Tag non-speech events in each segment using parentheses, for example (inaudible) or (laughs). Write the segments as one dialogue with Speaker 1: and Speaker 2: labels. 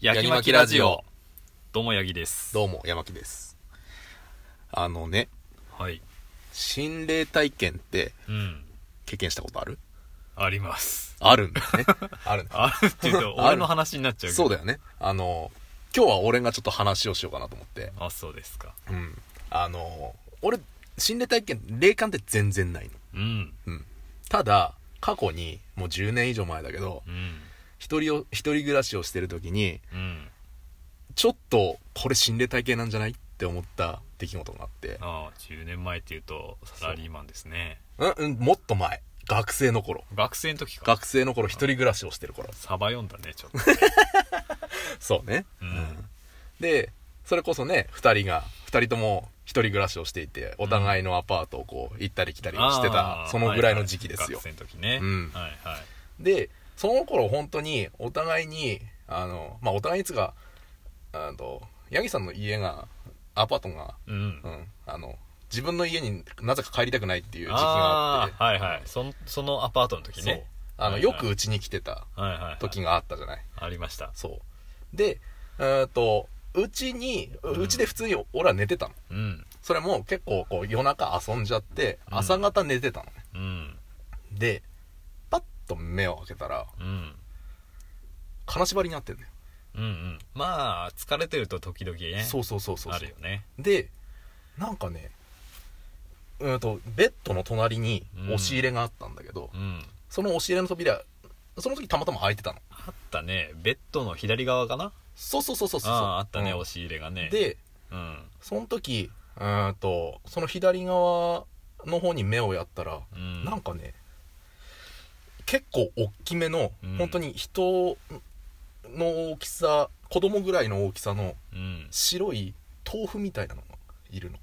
Speaker 1: 焼きまきラジオ。
Speaker 2: どうも、ヤギです。
Speaker 1: どうも、山木です。あのね、
Speaker 2: はい。
Speaker 1: 心霊体験って
Speaker 2: うん。
Speaker 1: 経験したことある
Speaker 2: あります。
Speaker 1: あるんだよね。 (laughs) あるんだ。
Speaker 2: あるっていうと、
Speaker 1: ある
Speaker 2: 俺の話になっちゃうけど。
Speaker 1: そうだ
Speaker 2: よ。
Speaker 1: よね。あの、今日は俺がちょっと話をしようかなと思って。
Speaker 2: あ、そうですか。
Speaker 1: うん。あの、俺、心霊体験、霊感って全然ないの。
Speaker 2: うん。
Speaker 1: うん。ただ、過去に、もう10年以上前だけど
Speaker 2: う、ん。
Speaker 1: 一人を、一人暮らしをしてる時に、
Speaker 2: うん。
Speaker 1: ちょっと、これ心霊体験なんじゃないって思った出来事があって。
Speaker 2: ああ、10年前っていうと、サラリーマンですね。
Speaker 1: うん、うん、もっと前。学生の頃。
Speaker 2: 学生の時か。
Speaker 1: 学生の頃一人暮らしをしてる頃
Speaker 2: サバ読んだね、
Speaker 1: (laughs)
Speaker 2: ちょっと。
Speaker 1: そうね、
Speaker 2: うん
Speaker 1: でそれこそね2人が2人とも一人暮らしをしていてお互いのアパートをこう行ったり来たりをして
Speaker 2: あ
Speaker 1: た
Speaker 2: あ
Speaker 1: そのぐらいの時期ですよ、
Speaker 2: はいはい学生の時ね。
Speaker 1: うん
Speaker 2: はいはい。
Speaker 1: でその頃本当にお互いにあのまあお互いにつがあのヤギさんの家がアパートが、
Speaker 2: うん
Speaker 1: う。ん、あの自分の家になぜか帰りたくないっていう時期があ
Speaker 2: あ
Speaker 1: って
Speaker 2: あ、はいはい。その、そのアパートの時
Speaker 1: そう
Speaker 2: ね。
Speaker 1: あの
Speaker 2: はい
Speaker 1: よ
Speaker 2: はい
Speaker 1: くうちに来てた
Speaker 2: はいはいはい。
Speaker 1: 時があったじゃない
Speaker 2: ありました。
Speaker 1: そう。で、えっと、うちに、
Speaker 2: ん
Speaker 1: うちで普通に俺は寝てたの。
Speaker 2: うん。
Speaker 1: それも結構こう夜中遊んじゃって、
Speaker 2: うん
Speaker 1: 朝方寝てたのね。
Speaker 2: うん。
Speaker 1: で、パッと目を開けたら、
Speaker 2: うん。
Speaker 1: 金縛りになってんのよ。
Speaker 2: うんうん。まあ、疲れてると時々ね。
Speaker 1: そうそうそうそう。
Speaker 2: あるよね。
Speaker 1: で、なんかね、うーんと、ベッドの隣に押し入れがあったんだけど、
Speaker 2: うん。
Speaker 1: その押し入れの扉、その時たまたま開いてたの。
Speaker 2: あったね。ベッドの左側かな
Speaker 1: そうそうそうそうそう。
Speaker 2: ああ、あったね、
Speaker 1: うん
Speaker 2: 押し入れがね。、
Speaker 1: で、
Speaker 2: うん。
Speaker 1: その時、うーんと、その左側の方に目をやったら、
Speaker 2: うん。
Speaker 1: なんかね結構大きめの、
Speaker 2: うん
Speaker 1: 本当に人の大きさ子供ぐらいの大きさの
Speaker 2: うん。
Speaker 1: 白い豆腐みたいなのがいるの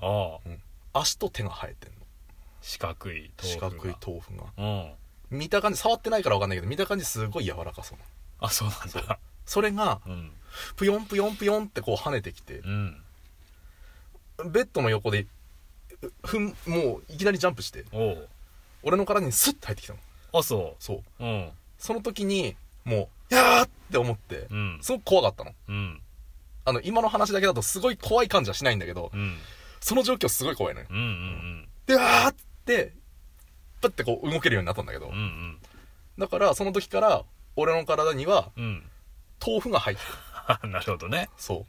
Speaker 2: ああ、
Speaker 1: 足と手が生えてんの
Speaker 2: 四角い豆
Speaker 1: 四
Speaker 2: 腐が。
Speaker 1: 角い豆腐が
Speaker 2: うん。
Speaker 1: 見た感じ触ってないから分かんないけど見た感じすごい柔らかそうな
Speaker 2: あ、そうなん
Speaker 1: そう
Speaker 2: だ。
Speaker 1: それが
Speaker 2: うん。
Speaker 1: ぷよんぷよんぷよんってこう跳ねてきて
Speaker 2: うん。
Speaker 1: ベッドの横でうふんもういきなりジャンプして
Speaker 2: おう。
Speaker 1: 俺の体にスッと入ってきたの
Speaker 2: あ、そ
Speaker 1: そう
Speaker 2: う。うん。
Speaker 1: その時にもう「やー!」って思って
Speaker 2: うん。
Speaker 1: すごく怖かったの
Speaker 2: うん。
Speaker 1: あの、今の話だけだとすごい怖い感じはしないんだけど、
Speaker 2: うん。
Speaker 1: その状況すごい怖いのよ。
Speaker 2: うん。うん。
Speaker 1: で、あーって、パッてこう動けるようになったんだけど
Speaker 2: うん。う、ん。
Speaker 1: だからその時から、俺の体には
Speaker 2: うん。
Speaker 1: 豆腐が入ってる。
Speaker 2: あなるほどね。
Speaker 1: そ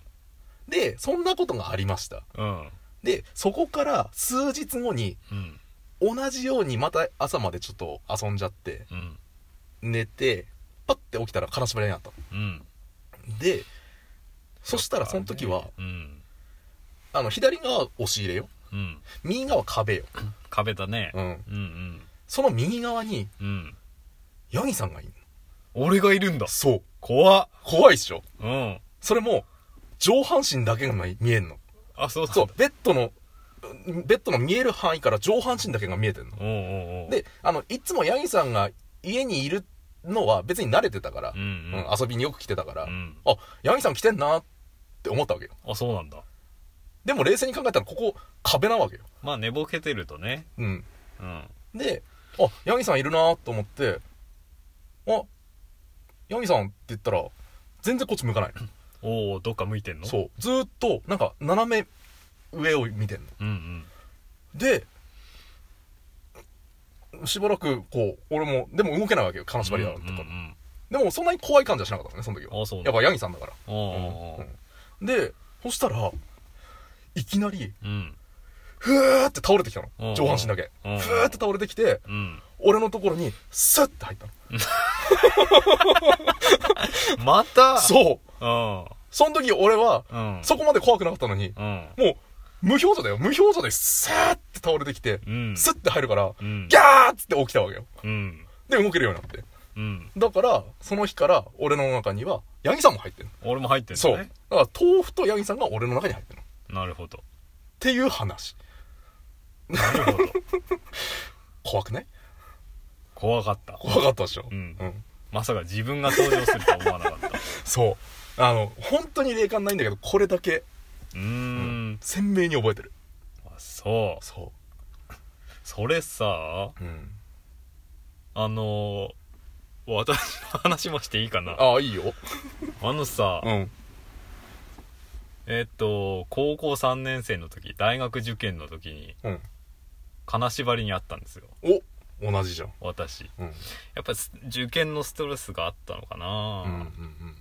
Speaker 1: う。で、そんなことがありました。
Speaker 2: うん。
Speaker 1: で、そこから数日後に、
Speaker 2: うん。
Speaker 1: 同じようにまた朝までちょっと遊んじゃって、
Speaker 2: うん。
Speaker 1: 寝て、パッて起きたら金縛りになった
Speaker 2: うん。
Speaker 1: の。で、そしたらその時は、
Speaker 2: うん。
Speaker 1: あの、左側は押し入れよ。
Speaker 2: うん。
Speaker 1: 右側は壁よ。
Speaker 2: 壁だね。
Speaker 1: うん。
Speaker 2: うん。
Speaker 1: その右側に、
Speaker 2: うん。うん。
Speaker 1: ヤギさんがいるの。
Speaker 2: 俺がいるんだ。
Speaker 1: そう。
Speaker 2: 怖っ。
Speaker 1: 怖いっしょ。
Speaker 2: うん。
Speaker 1: それも、上半身だけが見えんの。
Speaker 2: あ、そうだ。
Speaker 1: そう、ベッドの、うんベッドの見える範囲から上半身だけが見えてんの。
Speaker 2: おうおうおう。、
Speaker 1: で、あの、いつもヤギさんが家にいるのは別に慣れてたから、
Speaker 2: うんうん
Speaker 1: うん遊びによく来てたから、
Speaker 2: うん。
Speaker 1: あ、ヤギさん来てんなって思ったわけよ。
Speaker 2: あ、そうなんだ。
Speaker 1: でも冷静に考えたらここ壁なわけよ。
Speaker 2: まあ、寝ぼけてるとね。
Speaker 1: うん。
Speaker 2: うん。
Speaker 1: で、あ、ヤギさんいるなと思って、あ、ヤギさんって言ったら、全然こっち向かないの。
Speaker 2: おおどっか向いてんのう。
Speaker 1: そう。ずーっと、なんか、斜め上を見てんの。
Speaker 2: うん
Speaker 1: で、しばらく、こう、俺も、でも動けないわけよ、金
Speaker 2: うん。
Speaker 1: 縛りだと
Speaker 2: う
Speaker 1: か
Speaker 2: ん
Speaker 1: ら、
Speaker 2: うん
Speaker 1: でも、そんなに怖い感じはしなかったのね、その時は。
Speaker 2: あそう
Speaker 1: やっぱ、ヤギさんだから。
Speaker 2: うん。おうおうおう。
Speaker 1: うんで、そしたら、いきなり、
Speaker 2: うん。
Speaker 1: ふーって倒れてきた
Speaker 2: うんう
Speaker 1: の。
Speaker 2: ん
Speaker 1: 上半身だけ。ふ
Speaker 2: うんうん
Speaker 1: ーって倒れてきて、
Speaker 2: うん。
Speaker 1: 俺のところに、スッって入ったの。
Speaker 2: またう。
Speaker 1: そう
Speaker 2: うん。
Speaker 1: その時俺は、
Speaker 2: うん。
Speaker 1: そこまで怖くなかったのに、
Speaker 2: うん。
Speaker 1: もう、無表情だよ。無表情で、スーって倒れてきて、
Speaker 2: うん。
Speaker 1: スッて入るから、
Speaker 2: うん
Speaker 1: ギ。ャーっつって起きたわけよ。
Speaker 2: うん。
Speaker 1: で、動けるようになって。
Speaker 2: うん。
Speaker 1: だから、その日から、俺の中には、ヤギさんも入ってる。
Speaker 2: 俺も入ってん
Speaker 1: そ
Speaker 2: の
Speaker 1: う。だか
Speaker 2: ね。
Speaker 1: ら、豆腐とヤギさんが俺の中に入ってる。っ
Speaker 2: なるほど。
Speaker 1: ていう話。
Speaker 2: なるほど。 (laughs)
Speaker 1: 怖くない
Speaker 2: 怖かった。
Speaker 1: 怖かったでしょ。
Speaker 2: うん
Speaker 1: うん。
Speaker 2: まさか自分が登場するとは思わなかった。
Speaker 1: そう。あの、本当に霊感ないんだけど、これだけ、
Speaker 2: (laughs) うーん。
Speaker 1: 鮮明に覚えてる。
Speaker 2: あそう。
Speaker 1: そ
Speaker 2: それさ、
Speaker 1: う。うん。
Speaker 2: あのー、私の話もしていいかな
Speaker 1: ああ、いいよ。
Speaker 2: あのさ、
Speaker 1: うん
Speaker 2: えっと高校3年生の時大学受験の時に
Speaker 1: うん
Speaker 2: 金縛りにあったんですよ
Speaker 1: お同じじゃん
Speaker 2: 私
Speaker 1: うん
Speaker 2: やっぱりす受験のストレスがあったのか
Speaker 1: うんうん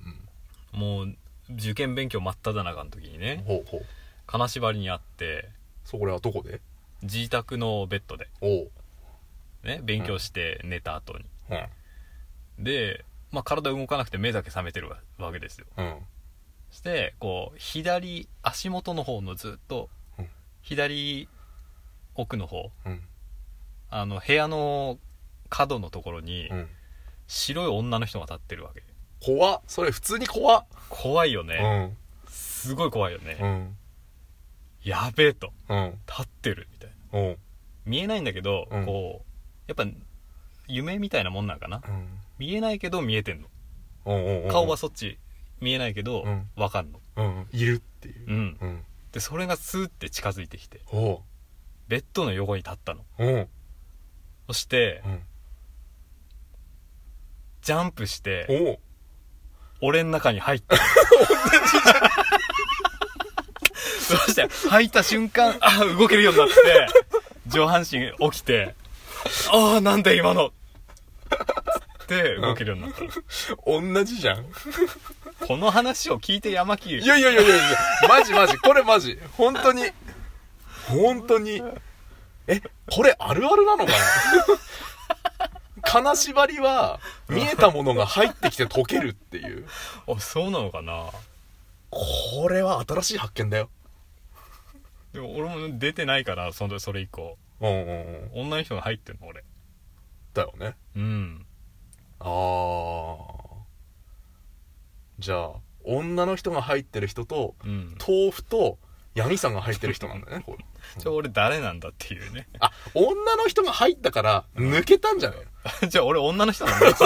Speaker 2: な、もう受験勉強真っ只中の時に
Speaker 1: うんうん
Speaker 2: ね
Speaker 1: ほうほう
Speaker 2: 金縛りにあって
Speaker 1: そこらはどこで
Speaker 2: 自宅のベッドで
Speaker 1: おう
Speaker 2: ね勉強して寝た後に、
Speaker 1: うん
Speaker 2: で、まあ、体動かなくて目だけ覚めてるわわけですよ
Speaker 1: うん
Speaker 2: そしてこう左足元の方のずっと
Speaker 1: うん
Speaker 2: 左奥の方
Speaker 1: うん
Speaker 2: あの部屋の角のところに
Speaker 1: うん
Speaker 2: 白い女の人が立ってるわけ
Speaker 1: 怖っそれ普通に怖っ
Speaker 2: 怖いよ
Speaker 1: う
Speaker 2: ね、
Speaker 1: ん
Speaker 2: すごい怖いよね、
Speaker 1: うん
Speaker 2: やべえと
Speaker 1: うん
Speaker 2: 立ってるみたいな
Speaker 1: うん
Speaker 2: 見えないんだけど、
Speaker 1: うん
Speaker 2: こうやっぱ夢みたいなもんなんかな見えないけど見えてんの
Speaker 1: うん
Speaker 2: 顔はそっち見えないけど、
Speaker 1: うん
Speaker 2: わかんの
Speaker 1: うんいるっていううんうん
Speaker 2: でそれがスーって近づいてきて
Speaker 1: おう
Speaker 2: ベッドの横に立ったの
Speaker 1: うんうん
Speaker 2: そしてジャンプして
Speaker 1: おう
Speaker 2: 俺の中に入った (laughs) そして入った瞬間あ動けるようになって上半身起きてああなんだ今のつって動けるようになったの、
Speaker 1: 同じじゃん
Speaker 2: この話を聞いて山木
Speaker 1: いやいやいやいやいや、マジマジ、これマジ。本当に。本当に。え、これあるあるなのかな金縛りは、見えたものが入ってきて溶けるっていう。
Speaker 2: あそうなのかな
Speaker 1: これは新しい発見だよ。
Speaker 2: でも俺も出てないからそのそれ以降
Speaker 1: うんうんうん。
Speaker 2: 女の人が入ってんの俺
Speaker 1: だよね。
Speaker 2: うん
Speaker 1: あー。じゃあ、女の人が入ってる人と、
Speaker 2: うん
Speaker 1: 豆腐と、闇さんが入ってる人なんだよね、これ。
Speaker 2: じゃあ俺誰なんだっていうね (laughs)
Speaker 1: あ、女の人が入ったから、抜けたんじゃないの
Speaker 2: じゃあ俺女の人なん (laughs) だ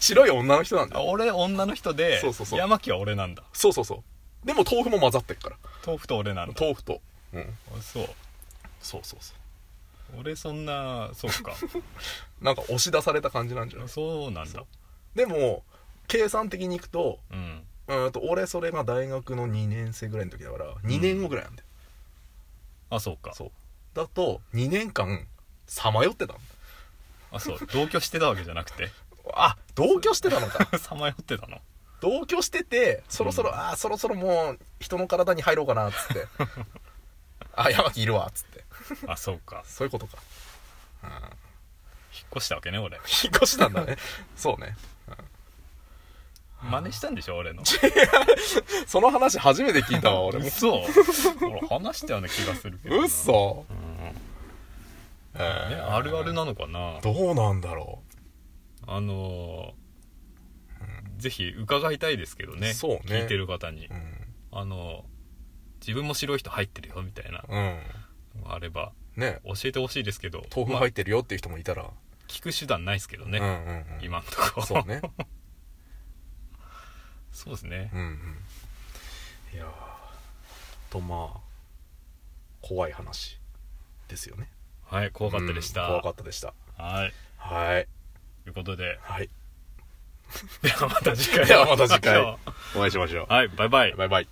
Speaker 1: 白い女の人なんだよ
Speaker 2: 俺女の人で
Speaker 1: そうそうそう
Speaker 2: 山木は俺なんだ
Speaker 1: そうそうそう。でも豆腐も混ざってっから。
Speaker 2: 豆腐と俺なんだ
Speaker 1: 豆腐と。うん。
Speaker 2: あそう
Speaker 1: そうそうそう。
Speaker 2: 俺そんなそう
Speaker 1: (laughs)
Speaker 2: か
Speaker 1: なんか押し出された感じなんじゃない
Speaker 2: そうなんだ
Speaker 1: でも、計算的にいくと、
Speaker 2: うん
Speaker 1: うーんと、俺それが大学の2年生ぐらいの時だから、2年後ぐらいなんだよ。
Speaker 2: あそうか
Speaker 1: そう。だと、2年間、さまよってたの。
Speaker 2: あそう同居してたわけじゃなくて (laughs)
Speaker 1: あ、同居してたのか。
Speaker 2: さまよってたの
Speaker 1: 同居してて、そろそろ、あーそろそろもう、人の体に入ろうかな、つって。 (laughs) あ、山木いるわ、つって。
Speaker 2: あそうか
Speaker 1: そういうことか。うん。
Speaker 2: 引っ越したわけね俺
Speaker 1: 引っ越したんだね。そうね。
Speaker 2: 真似したんでしょ
Speaker 1: (laughs)
Speaker 2: 俺の
Speaker 1: その話初めて聞いたわ、俺も。
Speaker 2: 嘘俺話したような気がするけどな
Speaker 1: 嘘え
Speaker 2: ね、
Speaker 1: ー
Speaker 2: あるあるなのかな
Speaker 1: どうなんだろ
Speaker 2: あのーぜひ伺いたいですけどね
Speaker 1: そうね
Speaker 2: 聞いてる方に
Speaker 1: う、うん、
Speaker 2: あのー自分も白い人入ってるよみたいな
Speaker 1: うん、
Speaker 2: のがあれば
Speaker 1: ね
Speaker 2: 教えてほしいですけど
Speaker 1: 豆腐
Speaker 2: まあ
Speaker 1: 入ってるよっていう人もいたら、
Speaker 2: 聞く手段ないですけどね、
Speaker 1: うんうんうん、
Speaker 2: 今んとこ
Speaker 1: そうね
Speaker 2: そうですね
Speaker 1: うんうんいやーとまあ怖い話ですよね
Speaker 2: はい怖かったでした、
Speaker 1: うん怖かったでした
Speaker 2: はい
Speaker 1: はい
Speaker 2: ということで (laughs)
Speaker 1: はい
Speaker 2: ではまた次回
Speaker 1: ではまた次回
Speaker 2: 会いましょ (laughs)
Speaker 1: お会いしましょ
Speaker 2: うはいバイバイ
Speaker 1: うバイバイ